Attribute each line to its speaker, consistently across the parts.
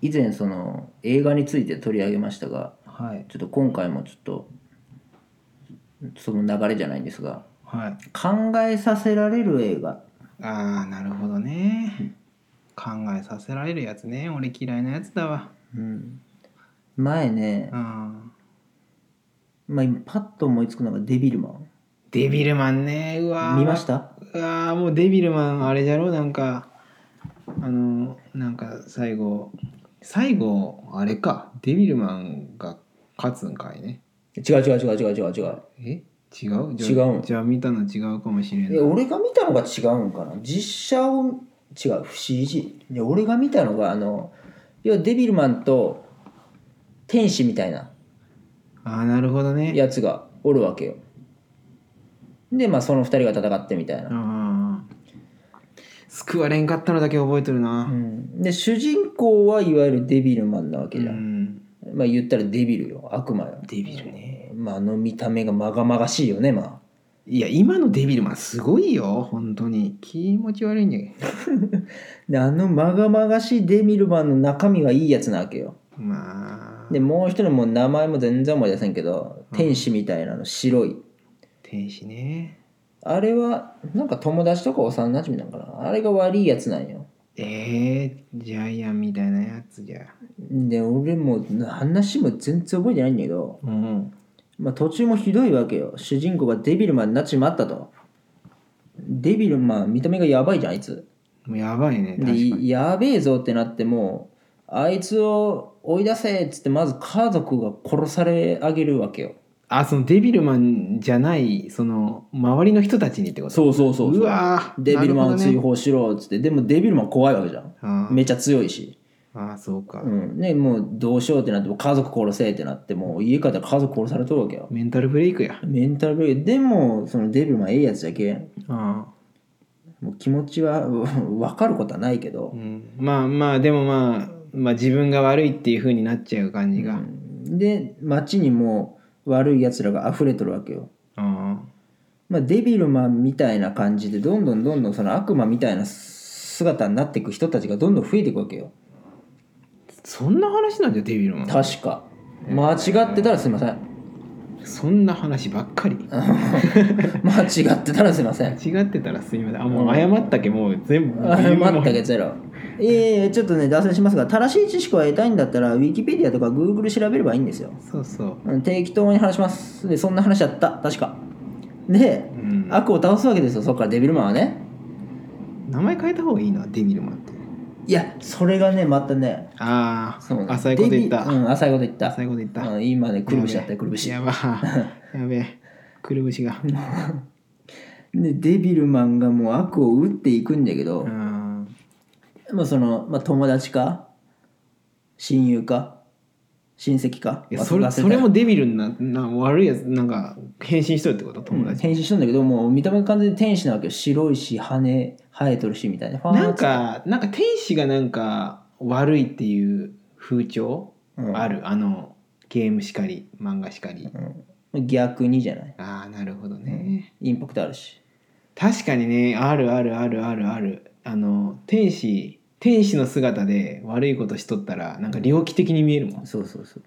Speaker 1: 以前その映画について取り上げましたが
Speaker 2: はい
Speaker 1: ちょっと今回もちょっとその流れじゃないんですが
Speaker 2: はい
Speaker 1: 考えさせられる映画
Speaker 2: ああなるほどね考えさせられるやつね俺嫌いなやつだわ
Speaker 1: うん前ね
Speaker 2: う、ん
Speaker 1: まあ、今パッと思いつくのがデビルマ
Speaker 2: デビルマンねうわ
Speaker 1: ン
Speaker 2: ー
Speaker 1: 見ました
Speaker 2: うわーもうデビルマンあれじゃろなんかあのなんか最後最後あれかデビルマンが勝つんかいね
Speaker 1: 違う違う違う違う違う違う
Speaker 2: え違うじゃ
Speaker 1: 違うん
Speaker 2: じゃあ見たの違うかもしれ
Speaker 1: え
Speaker 2: ない
Speaker 1: 俺が見たのが違うんかな実写を違う不 CG いや俺が見たのがあの要はデビルマンと天使みたいな
Speaker 2: ああなるほどね
Speaker 1: やつがおるわけよでまあその2人が戦ってみたいな、
Speaker 2: あ救われんかったのだけ覚えてる
Speaker 1: う
Speaker 2: な、
Speaker 1: ん、で主人公はいわゆるデビルマンなわけ
Speaker 2: う
Speaker 1: じゃん、
Speaker 2: ん、
Speaker 1: まあ言ったらデビルよ悪魔よ
Speaker 2: デビルね
Speaker 1: まああの見た目がまがまがしいよねまあ
Speaker 2: いや今のデビルマンすごいよ本当に気持ち悪いんじゃけ
Speaker 1: であのまがまがしいデビルマンの中身がいいやつなわけよ
Speaker 2: まあ
Speaker 1: でもう一人もう名前も全然思い出せんけど天使みたいなの白い
Speaker 2: 天使ね
Speaker 1: あれはなんか友達とか幼馴染なんかなあれが悪いやつなんよ
Speaker 2: えー、ジャイアンみたいなやつじゃ
Speaker 1: で俺もう話も全然覚えてないんだけど
Speaker 2: うん
Speaker 1: まあ、途中もひどいわけよ主人公がデビルマンになっちまったとデビルマン見た目がやばいじゃんあいつ
Speaker 2: もうやばいね確かに
Speaker 1: でやべえぞってなってもあいつを追い出せっつってまず家族が殺されあげるわけよ
Speaker 2: あそのデビルマンじゃないその周りの人たちにってこと
Speaker 1: そうそうそうそう
Speaker 2: うわー
Speaker 1: デビルマンを
Speaker 2: なる
Speaker 1: 追
Speaker 2: ほ
Speaker 1: 放しろっつって、でもデビルマン怖いわけじゃん
Speaker 2: あー
Speaker 1: めっちゃ強いし、
Speaker 2: あーそうか、
Speaker 1: うんね、もうどうしようってなってもう家族殺せってなってもう家帰ったら家族殺されとるわけよ
Speaker 2: メンタルブレイクや
Speaker 1: メンタルブレイクでもそのデビルマンええやつだけん
Speaker 2: あ
Speaker 1: もう気持ちは うん分かることはないけ
Speaker 2: ー、う
Speaker 1: ど、
Speaker 2: ん、まあまあでもまあまあ自分が悪いっていう風になっちゃう感じが、
Speaker 1: で街にも悪いやつらが溢れとるわけよ、
Speaker 2: あ
Speaker 1: まあ、デビルマンみたいな感じでどんどんどんどんその悪魔みたいな姿になっていく人たちがどんどん増えていくわけよ
Speaker 2: ーそんな話なんじゃデビルマン
Speaker 1: 確か間違ってたらすいません
Speaker 2: そんな話ばっかり
Speaker 1: 間違ってたらすいません
Speaker 2: 違ってたらすいませんあもう謝ったけもう全部
Speaker 1: 待ったけゼロええちょっとね脱線しますが正しい知識を得たいんだったらウィキペディアとか Google 調べればいいんですよ
Speaker 2: そうそう
Speaker 1: うん適当に話しますでそんな話だった確かで
Speaker 2: うん
Speaker 1: 悪を倒すわけですよそっからデビルマンはね
Speaker 2: 名前変えた方がいいなデビルマンって
Speaker 1: いやそれがねまたね
Speaker 2: あ
Speaker 1: その
Speaker 2: あ浅いこと言っ
Speaker 1: デビう
Speaker 2: た
Speaker 1: ん浅いこと言った
Speaker 2: 浅いこと言った
Speaker 1: うん今ねくるぶしだったよ
Speaker 2: やべ
Speaker 1: くるぶし
Speaker 2: やばやべえくるぶしが
Speaker 1: でデビルマンがもう悪を打っていくんだけど、
Speaker 2: うん
Speaker 1: もうその、まあ、友達か親友か親戚か
Speaker 2: いやそれそれもデビルなな悪いやつなんか変身しとるってこと友達、
Speaker 1: 変身したんだけどもう見た目が完全に天使なわけよ白いし羽生えとるしみたいなファー
Speaker 2: なんかなんか天使がなんか悪いっていう風潮、
Speaker 1: うん
Speaker 2: あるあのゲームしかり漫画しかり、
Speaker 1: うん逆にじゃない
Speaker 2: ああなるほどね、
Speaker 1: インパクトあるし
Speaker 2: 確かにねあるあるあるあるあるあの天使天使の姿で悪いことしとったらなんか猟奇的に見えるもん
Speaker 1: そうそうそう、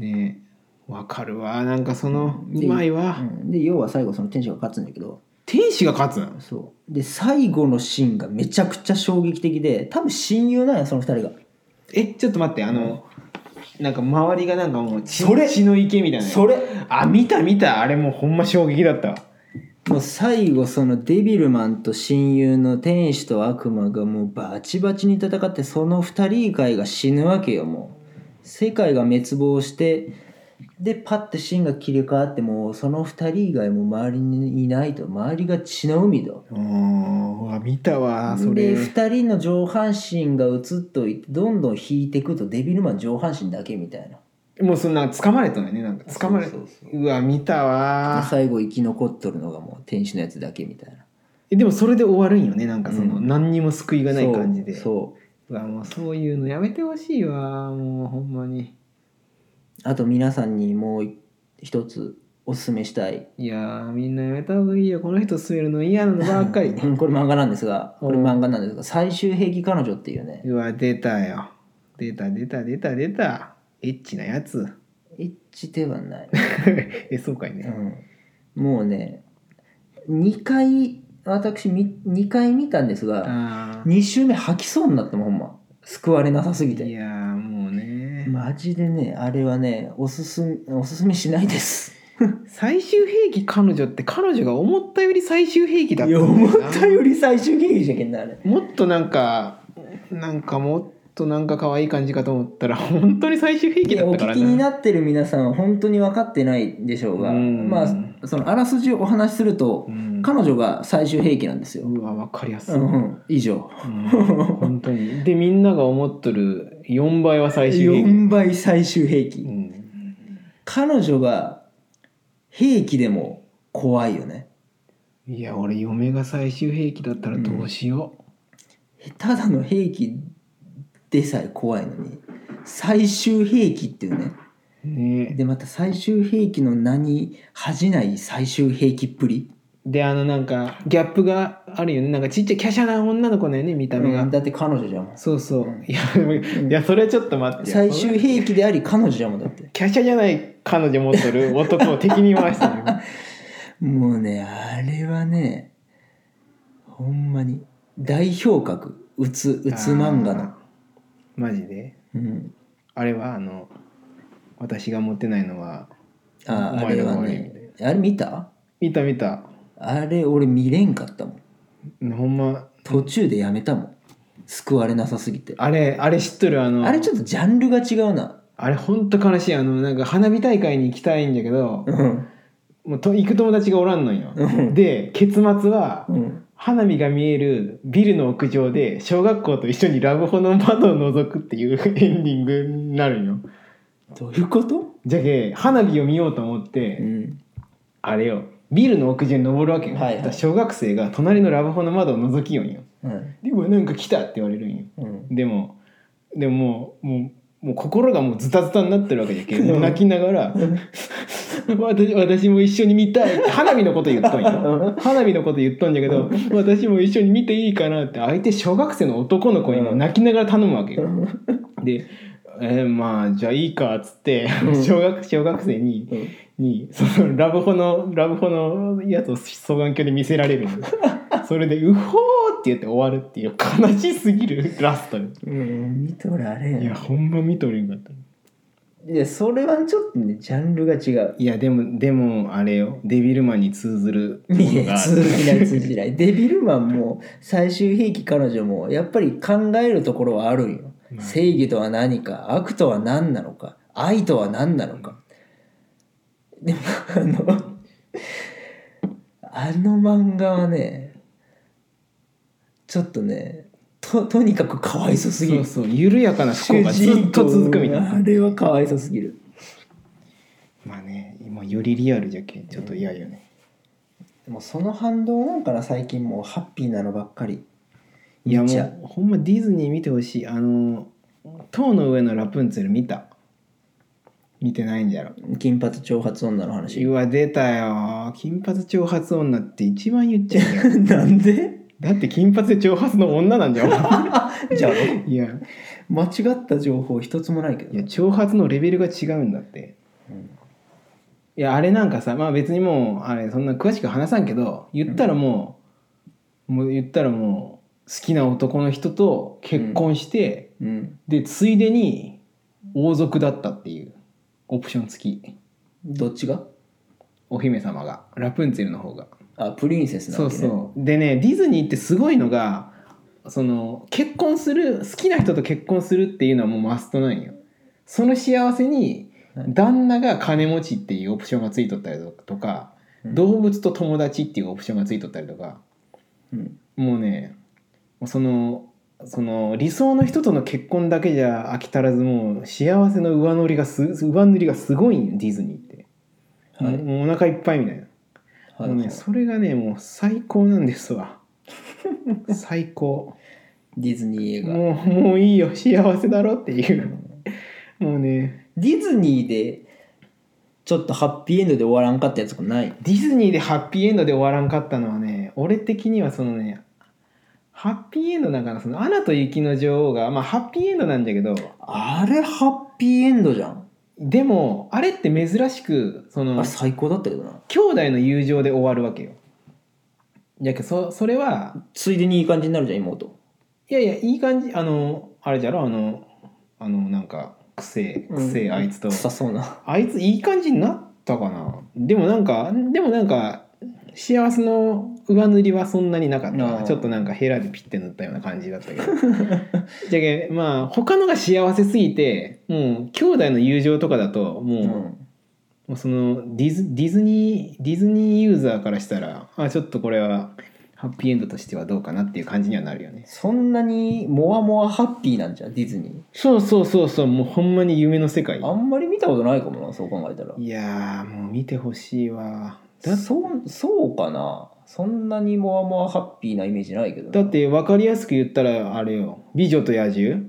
Speaker 2: ねえわかるわなんかその
Speaker 1: で
Speaker 2: うまいうわ
Speaker 1: んで要は最後その天使が勝つんだけど
Speaker 2: 天使が勝つん
Speaker 1: そうで最後のシーンがめちゃくちゃ衝撃的で多分親友なんやその二人が
Speaker 2: えちょっと待ってあの、なんか周りがなんかもう血
Speaker 1: それ
Speaker 2: 血の池みたいな
Speaker 1: れ
Speaker 2: あ見た見たあれもうほんま衝撃だったわ
Speaker 1: もう最後そのデビルマンと親友の天使と悪魔がもうバチバチに戦ってその二人以外が死ぬわけよもう世界が滅亡してでパッてシーンが切り替わってもうその二人以外も周りにいないと周りが血の海と
Speaker 2: うーんうわ見たわそ
Speaker 1: で
Speaker 2: れ
Speaker 1: 二人の上半身が映っといてどんどん引いてくとデビルマン上半身だけみたいな
Speaker 2: もうそんな掴まれたのよねなんか掴まれ
Speaker 1: そうそう
Speaker 2: うわ見たわ
Speaker 1: 最後生き残っとるのがもう天使のやつだけみたいな
Speaker 2: えでもそれで終わるんよねなんかその、
Speaker 1: うん
Speaker 2: 何にも救いがない感じで
Speaker 1: そうそう
Speaker 2: うわもうそういうのやめてほしいわもうほんまに
Speaker 1: あと皆さんにもう一つおすすめしたい
Speaker 2: いやーみんなやめた方がいいよこの人勧めるの嫌なのば っかり
Speaker 1: うんこれ漫画なんですがこれ漫画なんですが「最終兵器彼女」っていうね
Speaker 2: うわ出たよ出た出た出た出たエッチなやつ
Speaker 1: エッチではない、
Speaker 2: えそうかいね、
Speaker 1: うん、もうね2回私2回見たんですが
Speaker 2: あ
Speaker 1: 2周目吐きそうになったもんほんま救われなさすぎ
Speaker 2: ーい
Speaker 1: て
Speaker 2: やーもうね、
Speaker 1: マジでねあれはねおすすめおすすめしないです
Speaker 2: 最終兵器彼女って彼女が思ったより最終兵器だっ
Speaker 1: い
Speaker 2: た
Speaker 1: や
Speaker 2: んだ
Speaker 1: 思
Speaker 2: よな
Speaker 1: ったより最終劇じゃけんなあれ
Speaker 2: もっとなんかなんかもっとなんか可愛い感じかと思ったら本当に最終兵器だっ
Speaker 1: お
Speaker 2: たから
Speaker 1: 聞きになってる皆さんは本当に分かってないでしょうが
Speaker 2: うん
Speaker 1: まあそのあらすじをお話しすると
Speaker 2: うん
Speaker 1: 彼女が最終兵器なんですよ、
Speaker 2: うわわかりやすい、
Speaker 1: う
Speaker 2: うん
Speaker 1: ん、以上
Speaker 2: 本当にでみんなが思っとる4倍は最終兵器、
Speaker 1: 4倍最終兵器、
Speaker 2: うん
Speaker 1: 彼女が兵器でも怖いよね
Speaker 2: いや俺嫁が最終兵器だったらどうしよ
Speaker 1: ただの兵器でさえ怖いのに最終兵器っていうね
Speaker 2: う、ね
Speaker 1: でまた最終兵器の名に恥じない最終兵器っぷり
Speaker 2: であのなんかギャップがあるよねなんかちっちゃい華奢な女の子だよね見た目が、
Speaker 1: うんだって彼女じゃもん
Speaker 2: そうそう
Speaker 1: うん
Speaker 2: いやいやそれはちょっと待って
Speaker 1: 最終兵器であり彼女じゃもんだって
Speaker 2: 華奢じゃない彼女持っとる男を敵に回したのよ
Speaker 1: もうねあれはねほんまに代表格うつうつ漫画
Speaker 2: あー
Speaker 1: の、
Speaker 2: マジで
Speaker 1: うん、
Speaker 2: あれはあの私が持ってないのは
Speaker 1: あーあ
Speaker 2: お前
Speaker 1: れ
Speaker 2: らが
Speaker 1: は
Speaker 2: 悪いみたい
Speaker 1: ねあれ見た
Speaker 2: 見た見た
Speaker 1: あれ俺見れんかったもん
Speaker 2: ほんま
Speaker 1: 途中でやめたもん救われなさすぎて
Speaker 2: あれあれ知っとるあの
Speaker 1: あれちょっとジャンルが違うな
Speaker 2: あれほんと悲しいあのなんか花火大会に行きたいんだけど
Speaker 1: うん
Speaker 2: もうと行く友達がおらんのよ
Speaker 1: うん
Speaker 2: で結末は
Speaker 1: うん
Speaker 2: 花火が見えるビルの屋上で小学校と一緒にラブホの窓を覗くっていうエンディングになるんよ
Speaker 1: どういうこと
Speaker 2: じゃけ花火を見ようと思って、
Speaker 1: うん
Speaker 2: あれよビルの屋上に登るわけよ、
Speaker 1: はいはい
Speaker 2: だから小学生が隣のラブホの窓を覗きよんよ
Speaker 1: うん
Speaker 2: で「うわなんか来た」って言われるんよ
Speaker 1: うん
Speaker 2: でもでももうもうもう心がもうズタズタになってるわけじゃけん もう泣きながら「私私も一緒に見たい」花火のこと言っとんよ花火のこと言っとんじゃけど「私も一緒に見ていいかな」って相手小学生の男の子にも泣きながら頼むわけよで「えーまあじゃあいいか」っつって
Speaker 1: うん
Speaker 2: 小学小学生に「
Speaker 1: うん
Speaker 2: にそのラブホのラブホのやつを双眼鏡で見せられるそれで「うほー!」って言って終わるっていう悲しすぎるラストに
Speaker 1: うん見とられん
Speaker 2: いやほんま見とれんかった
Speaker 1: いやそれはちょっとねジャンルが違う
Speaker 2: いやでもでもあれよデビルマンに通ずるも
Speaker 1: い
Speaker 2: のが
Speaker 1: や
Speaker 2: あ
Speaker 1: 通
Speaker 2: る
Speaker 1: じない通じないデビルマンも最終兵器彼女もやっぱり考えるところはあるんよ、
Speaker 2: まあ
Speaker 1: 正義とは何か悪とは何なのか愛とは何なのかでもあのあの漫画はねちょっとねととにかくかわいそすぎ
Speaker 2: そう
Speaker 1: る
Speaker 2: そう緩やかな思考がずっと続くみたい
Speaker 1: あ
Speaker 2: な
Speaker 1: れはかわいそすぎる
Speaker 2: まあね今よりリアルじゃけんちょっと嫌よね、
Speaker 1: でもその反動なんかな最近もうハッピーなのばっかり
Speaker 2: いや
Speaker 1: 見
Speaker 2: も
Speaker 1: ちゃう
Speaker 2: うほんまディズニー見てほしいあの「塔の上のラプンツェル」見た見てないんじゃろ
Speaker 1: 金髪長髪女の話
Speaker 2: うわ出たよ金髪長髪女って一番言っちゃうよ
Speaker 1: なんで
Speaker 2: だって金髪で長髪の女な んじゃん
Speaker 1: じゃあ
Speaker 2: いや
Speaker 1: 間違った情報一つもないけど
Speaker 2: いや長髪のレベルが違うんだって
Speaker 1: うん
Speaker 2: いやあれなんかさまあ別にもうあれそんな詳しく話さんけど言ったらもう、もう言ったらもう好きな男の人と結婚して、
Speaker 1: うん
Speaker 2: でついでに王族だったっていうオプション付き
Speaker 1: どっちが
Speaker 2: お姫様がラプンツェルの方が
Speaker 1: あプリンセスな
Speaker 2: そ
Speaker 1: わ
Speaker 2: う
Speaker 1: け、ね、
Speaker 2: そうでねディズニーってすごいのがその結婚する好きな人と結婚するっていうのはもうマストなんよその幸せ
Speaker 1: はい
Speaker 2: に旦那が金持ちっていうオプションがついとったりとか、
Speaker 1: うん
Speaker 2: 動物と友達っていうオプションがついとったりとか
Speaker 1: うん
Speaker 2: もうねもうそのその理想の人との結婚だけじゃ飽き足らずもう幸せの上塗りがす上塗りがすごいんよディズニーって、
Speaker 1: はい
Speaker 2: もうお腹いっぱいみたいな
Speaker 1: はい
Speaker 2: もうね、それがねもう最高なんで すわ最高
Speaker 1: ディズニー映画、
Speaker 2: もうもういいよ幸せだろっていうもうね
Speaker 1: ディズニーでちょっとハッピーエンドで終わらんかったやつもない
Speaker 2: ディズニーでハッピーエンドで終わらんかったのはね俺的にはそのねハッピーエンドなんかなその「アナと雪の女王が」まあハッピーエンドなんだけど
Speaker 1: あれハッピーエンドじゃん
Speaker 2: でもあれって珍しくそ
Speaker 1: あ
Speaker 2: の
Speaker 1: れ最高だったけどな
Speaker 2: 兄弟の友情で終わるわけよじゃけどそそれは
Speaker 1: ついでにいい感じになるじゃん妹
Speaker 2: いやいやいい感じあのあれじゃろあのあのなんかくせえくせえあいつと、
Speaker 1: 臭そうな
Speaker 2: あいついい感じになったかなでもなんかでもなんか幸せの上塗りはそんなになかった
Speaker 1: あ
Speaker 2: な
Speaker 1: ー
Speaker 2: ちょっとなんかヘラでピッて塗ったような感じだったけど じゃけまあ他のが幸せすぎてもう兄弟の友情とかだとも
Speaker 1: う
Speaker 2: う,、
Speaker 1: ん
Speaker 2: もうそのディズディズニーディズニーユーザーからしたらあちょっとこれはハッピーエンドとしてはどうかなっていう感じにはなるよね
Speaker 1: そんなにモワモワハッピーなんじゃんディズニ
Speaker 2: そうそうそうそうもうほんまに夢の世界
Speaker 1: ーあんまり見たことないかもなそう考えたら
Speaker 2: いやーもう見てほしいわだ
Speaker 1: だそうそうかなそんなにモワモワハッピーなイメージないけど
Speaker 2: だ
Speaker 1: な
Speaker 2: って分かりやすく言ったらあれよ「美女と野獣」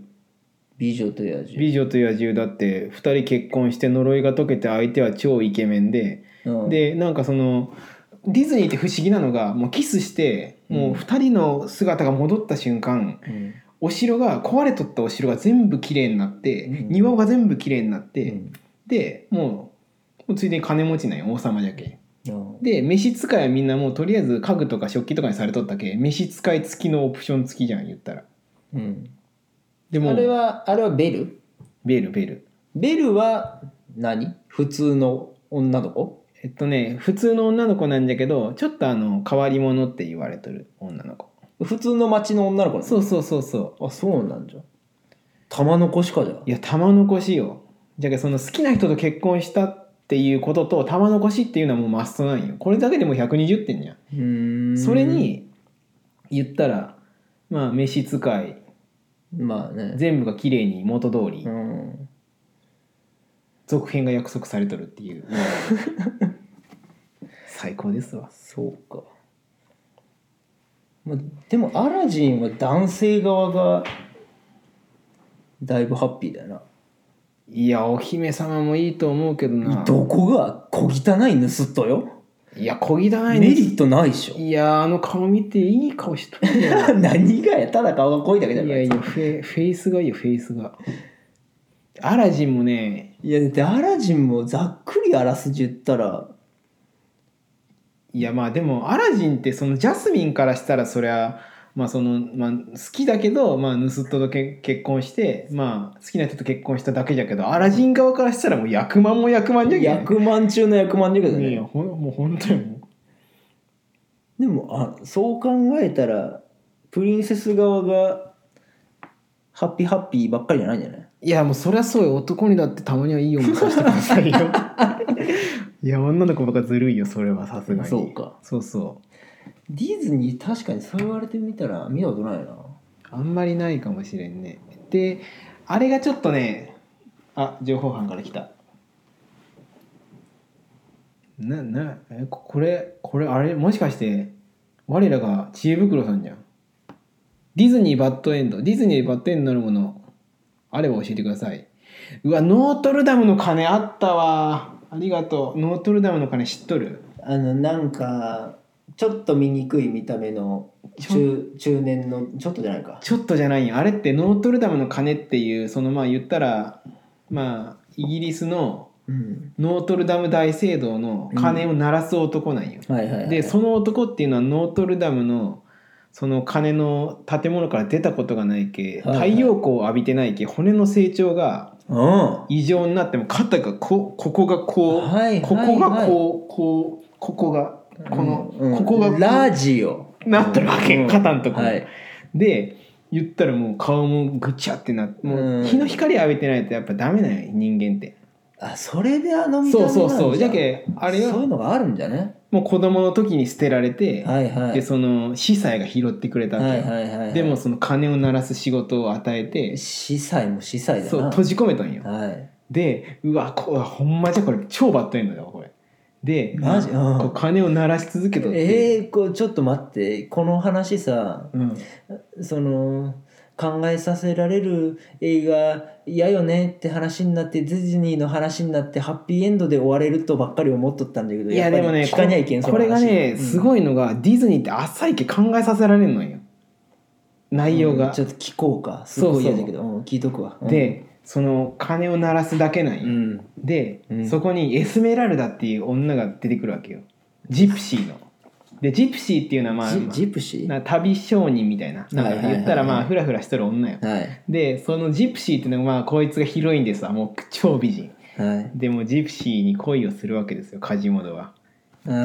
Speaker 1: 美女と野
Speaker 2: 「
Speaker 1: 獣、
Speaker 2: 美女と野獣」だって2人結婚して呪いが解けて相手は超イケメンで、
Speaker 1: うん、
Speaker 2: でなんかそのディズニーって不思議なのがもうキスしてもう2人の姿が戻った瞬間
Speaker 1: うん、
Speaker 2: お城が壊れとったお城が全部綺麗になって、
Speaker 1: うん
Speaker 2: 庭が全部綺麗になって、
Speaker 1: うん
Speaker 2: でもうもうついでに金持ちなんよ王様じゃけ
Speaker 1: うん
Speaker 2: で召使いはみんなもうとりあえず家具とか食器とかにされとったけ召使い付きのオプション付きじゃん言ったら
Speaker 1: うん
Speaker 2: でも
Speaker 1: あれはあれはベル
Speaker 2: ベルベル
Speaker 1: ベルは何普通の女の子
Speaker 2: えっとね普通の女の子なんじゃけどちょっとあの変わり者って言われとる女の子
Speaker 1: 普通の町の女の子なの
Speaker 2: そうそうそうそ
Speaker 1: あそうなんじゃ玉の子しかじゃ
Speaker 2: ういや玉残しよじゃけその好きな人と結婚したっていうことと玉残しっていうのはもうマストなんよこれだけでもう120点じゃん
Speaker 1: うーん
Speaker 2: それに言ったらまあ召使い
Speaker 1: まあね
Speaker 2: 全部が綺麗に元通り
Speaker 1: うん
Speaker 2: 続編が約束されとるって いう最高ですわ
Speaker 1: そうか、まあ、でもアラジンは男性側がだいぶハッピーだよ
Speaker 2: いやお姫様もいいと思うけど
Speaker 1: な
Speaker 2: な
Speaker 1: どこが小汚い盗っ人よ
Speaker 2: いや小汚い
Speaker 1: メ
Speaker 2: ね
Speaker 1: リットないでしょ
Speaker 2: いやーあの顔見ていい顔しとる よ
Speaker 1: 何がやただ顔が濃いだけ
Speaker 2: い
Speaker 1: じゃな
Speaker 2: や
Speaker 1: い
Speaker 2: い
Speaker 1: いや
Speaker 2: やフェフェイスがいいよフェイスがアラジンもね
Speaker 1: だってアラジンもざっくりあらすじ言ったら
Speaker 2: いやまあでもアラジンってそのジャスミンからしたらそりゃまあそのまあ、好きだけど、まあ、盗人とけ結婚して、まあ、好きな人と結婚しただけじゃけどアラジン側からしたらもう役満も役満じゃけん
Speaker 1: 役満中の役満だけど
Speaker 2: い
Speaker 1: ね
Speaker 2: やほんもう本当にも
Speaker 1: でもあそう考えたらプリンセス側がハッピーハッピーばっかりじゃないんじゃないう
Speaker 2: いやもうそりゃそうよ男にだってたまにはいい思いさせてくださいよ いや女の子ばっかずるいよそれはさすがに
Speaker 1: そうか
Speaker 2: そうそう
Speaker 1: ディズニー確かにそう言われてみたら見たことないな
Speaker 2: あんまりないかもしれんねであれがちょっとねあ情報班から来たななえここれこれあれもしかして我らが知恵袋さんじゃんディズニーバッドエンドディズニーバッドエンドなるものあれば教えてくださいうわノートルダムの鐘あったわありがとうノートルダムの鐘知っとる
Speaker 1: あのなんかちょっと醜い見た目の中中年のちょっとじゃないか
Speaker 2: ちょっとじゃないよあれってノートルダムの鐘っていうそのまあ言ったらまあイギリスの
Speaker 1: うん
Speaker 2: ノートルダム大聖堂の鐘を鳴らす男なんよ、
Speaker 1: はいはい、はい、
Speaker 2: でその男っていうのはノートルダムのその鐘の建物から出たことがないけ、
Speaker 1: はいはい
Speaker 2: 太陽光を浴びてないけ骨の成長が
Speaker 1: うん
Speaker 2: 異常になっても肩がこここがこう、
Speaker 1: はい
Speaker 2: ここ
Speaker 1: はいは
Speaker 2: が
Speaker 1: い
Speaker 2: こうこうここがこの、
Speaker 1: うんうん
Speaker 2: ここが
Speaker 1: ラジオ
Speaker 2: なってるわけ肩のとこ
Speaker 1: はい
Speaker 2: で言ったらもう顔もぐちゃってなっても
Speaker 1: う
Speaker 2: うん日の光浴びてないとやっぱダメなんよ人間って
Speaker 1: あそれであの見た目
Speaker 2: そ
Speaker 1: な
Speaker 2: うんそうそうじゃ
Speaker 1: ん
Speaker 2: けあれ
Speaker 1: そういう
Speaker 2: よ
Speaker 1: のがあるんじゃね
Speaker 2: もう子供の時に捨てられて、
Speaker 1: はいはい
Speaker 2: でその司祭が拾ってくれたわけよ、
Speaker 1: はいはいはいはい、
Speaker 2: でもその鐘を鳴らす仕事を与えて
Speaker 1: 司祭も司祭だな
Speaker 2: そう閉じ込めたんよ
Speaker 1: はい
Speaker 2: でうわこうわほんまじゃこれ超バッドエンドだわこれで
Speaker 1: マジうん
Speaker 2: こう鐘を鳴らし続けとって、
Speaker 1: えー、こうちょっと待ってこの話さ
Speaker 2: うん
Speaker 1: その考えさせられる映画嫌よねって話になってディズニーの話になってハッピーエンドで終われるとばっかり思っとったんだけど
Speaker 2: いや
Speaker 1: っぱ
Speaker 2: で
Speaker 1: り
Speaker 2: もね
Speaker 1: 聞かにゃいけん
Speaker 2: ここれがねす
Speaker 1: い
Speaker 2: ごいのが、ディズニーって浅いけ考えさせられんのよ内容
Speaker 1: うん
Speaker 2: が
Speaker 1: ちょっと聞こうかすごい嫌だけどうん聞いとくわ、うん、
Speaker 2: でその鐘を鳴らすだけなんよ
Speaker 1: うん
Speaker 2: で、
Speaker 1: うん
Speaker 2: そこにエスメラルダっていう女が出てくるわけよジプシーのでジプシーっていうのはまあ
Speaker 1: ジ
Speaker 2: まあ
Speaker 1: ジプシー
Speaker 2: な旅商人みたいななん
Speaker 1: はい
Speaker 2: か
Speaker 1: はいはいはい
Speaker 2: 言ったらまあフラフラしてる女よ
Speaker 1: はい
Speaker 2: でそのジプシーっていうのがまあこいつがヒロインでさもう超美人
Speaker 1: はい
Speaker 2: でもうジプシーに恋をするわけですよカジモドは
Speaker 1: はい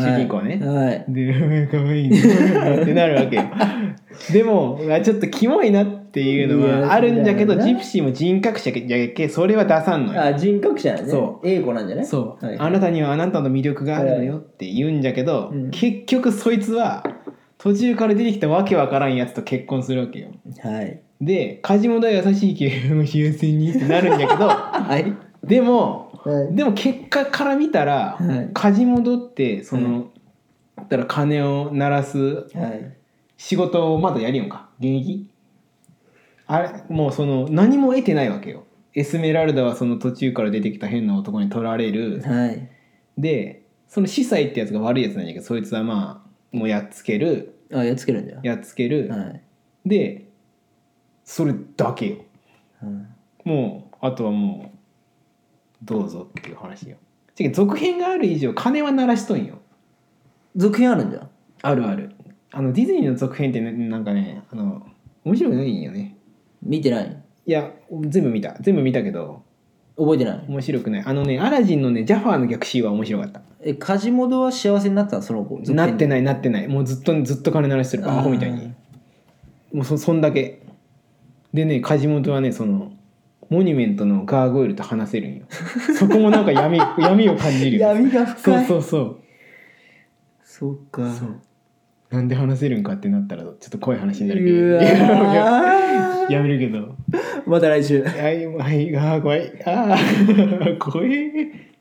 Speaker 2: 主人公ね
Speaker 1: はい
Speaker 2: で可愛いねってなるわけよでもうわちょっとキモいなっていうの
Speaker 1: いや
Speaker 2: はあるんだけど
Speaker 1: そうだよ
Speaker 2: ジ
Speaker 1: な
Speaker 2: プシーも人格者じゃけそれは出さんのよ
Speaker 1: あ人格者やね
Speaker 2: そう
Speaker 1: 英子なんじゃね
Speaker 2: そう、
Speaker 1: はい
Speaker 2: あなたにはあなたの魅力があるのよって言うんじゃけど、
Speaker 1: うん
Speaker 2: 結局そいつは途中から出てきたわけわからんやつと結婚するわけよ
Speaker 1: はい
Speaker 2: で梶本は優しいけど幸せにってなるん や
Speaker 1: はい
Speaker 2: けどでも
Speaker 1: はい
Speaker 2: でも結果から見たら、
Speaker 1: はい
Speaker 2: 梶本ってその、
Speaker 1: は
Speaker 2: だったら鐘を鳴らす
Speaker 1: はい
Speaker 2: 仕事をまだやりよんか現役あれもうその何も得てないわけよエスメラルダはその途中から出てきた変な男に取られる、
Speaker 1: はい
Speaker 2: でその司祭ってやつが悪いやつなんやけどそいつはまあもうやっつける
Speaker 1: あやっつけるんだよ
Speaker 2: やっつける、
Speaker 1: はい
Speaker 2: でそれだけよ
Speaker 1: うん
Speaker 2: もうあとはもうどうぞっていう話よ違う続編がある以上金は鳴らしとんよ
Speaker 1: 続編あるんだ
Speaker 2: あるあるあのディズニーの続編ってねなんかねあの面白くないんよね
Speaker 1: 見てない
Speaker 2: いや全部見た全部見たけど
Speaker 1: 覚えてない
Speaker 2: 面白くないあのねアラジンのねジャファーの逆 C は面白かった
Speaker 1: えカジモドは幸せになったのその子
Speaker 2: なって
Speaker 1: い
Speaker 2: ないなってないもうずっとずっと金鳴らしてる
Speaker 1: あー
Speaker 2: アホみたいにもうそそんだけでね梶本はねそのモニュメントのガーゴイルと話せる んよそこもなんか闇闇を感じるよ
Speaker 1: 闇が
Speaker 2: そ
Speaker 1: 深
Speaker 2: う
Speaker 1: い
Speaker 2: そうそう
Speaker 1: そうか
Speaker 2: そうなんで話せるんかってなったらちょっと怖い話にな
Speaker 1: う
Speaker 2: る
Speaker 1: わ
Speaker 2: けど
Speaker 1: ー
Speaker 2: やめるけど
Speaker 1: また来週
Speaker 2: はいはいあー怖いあー怖い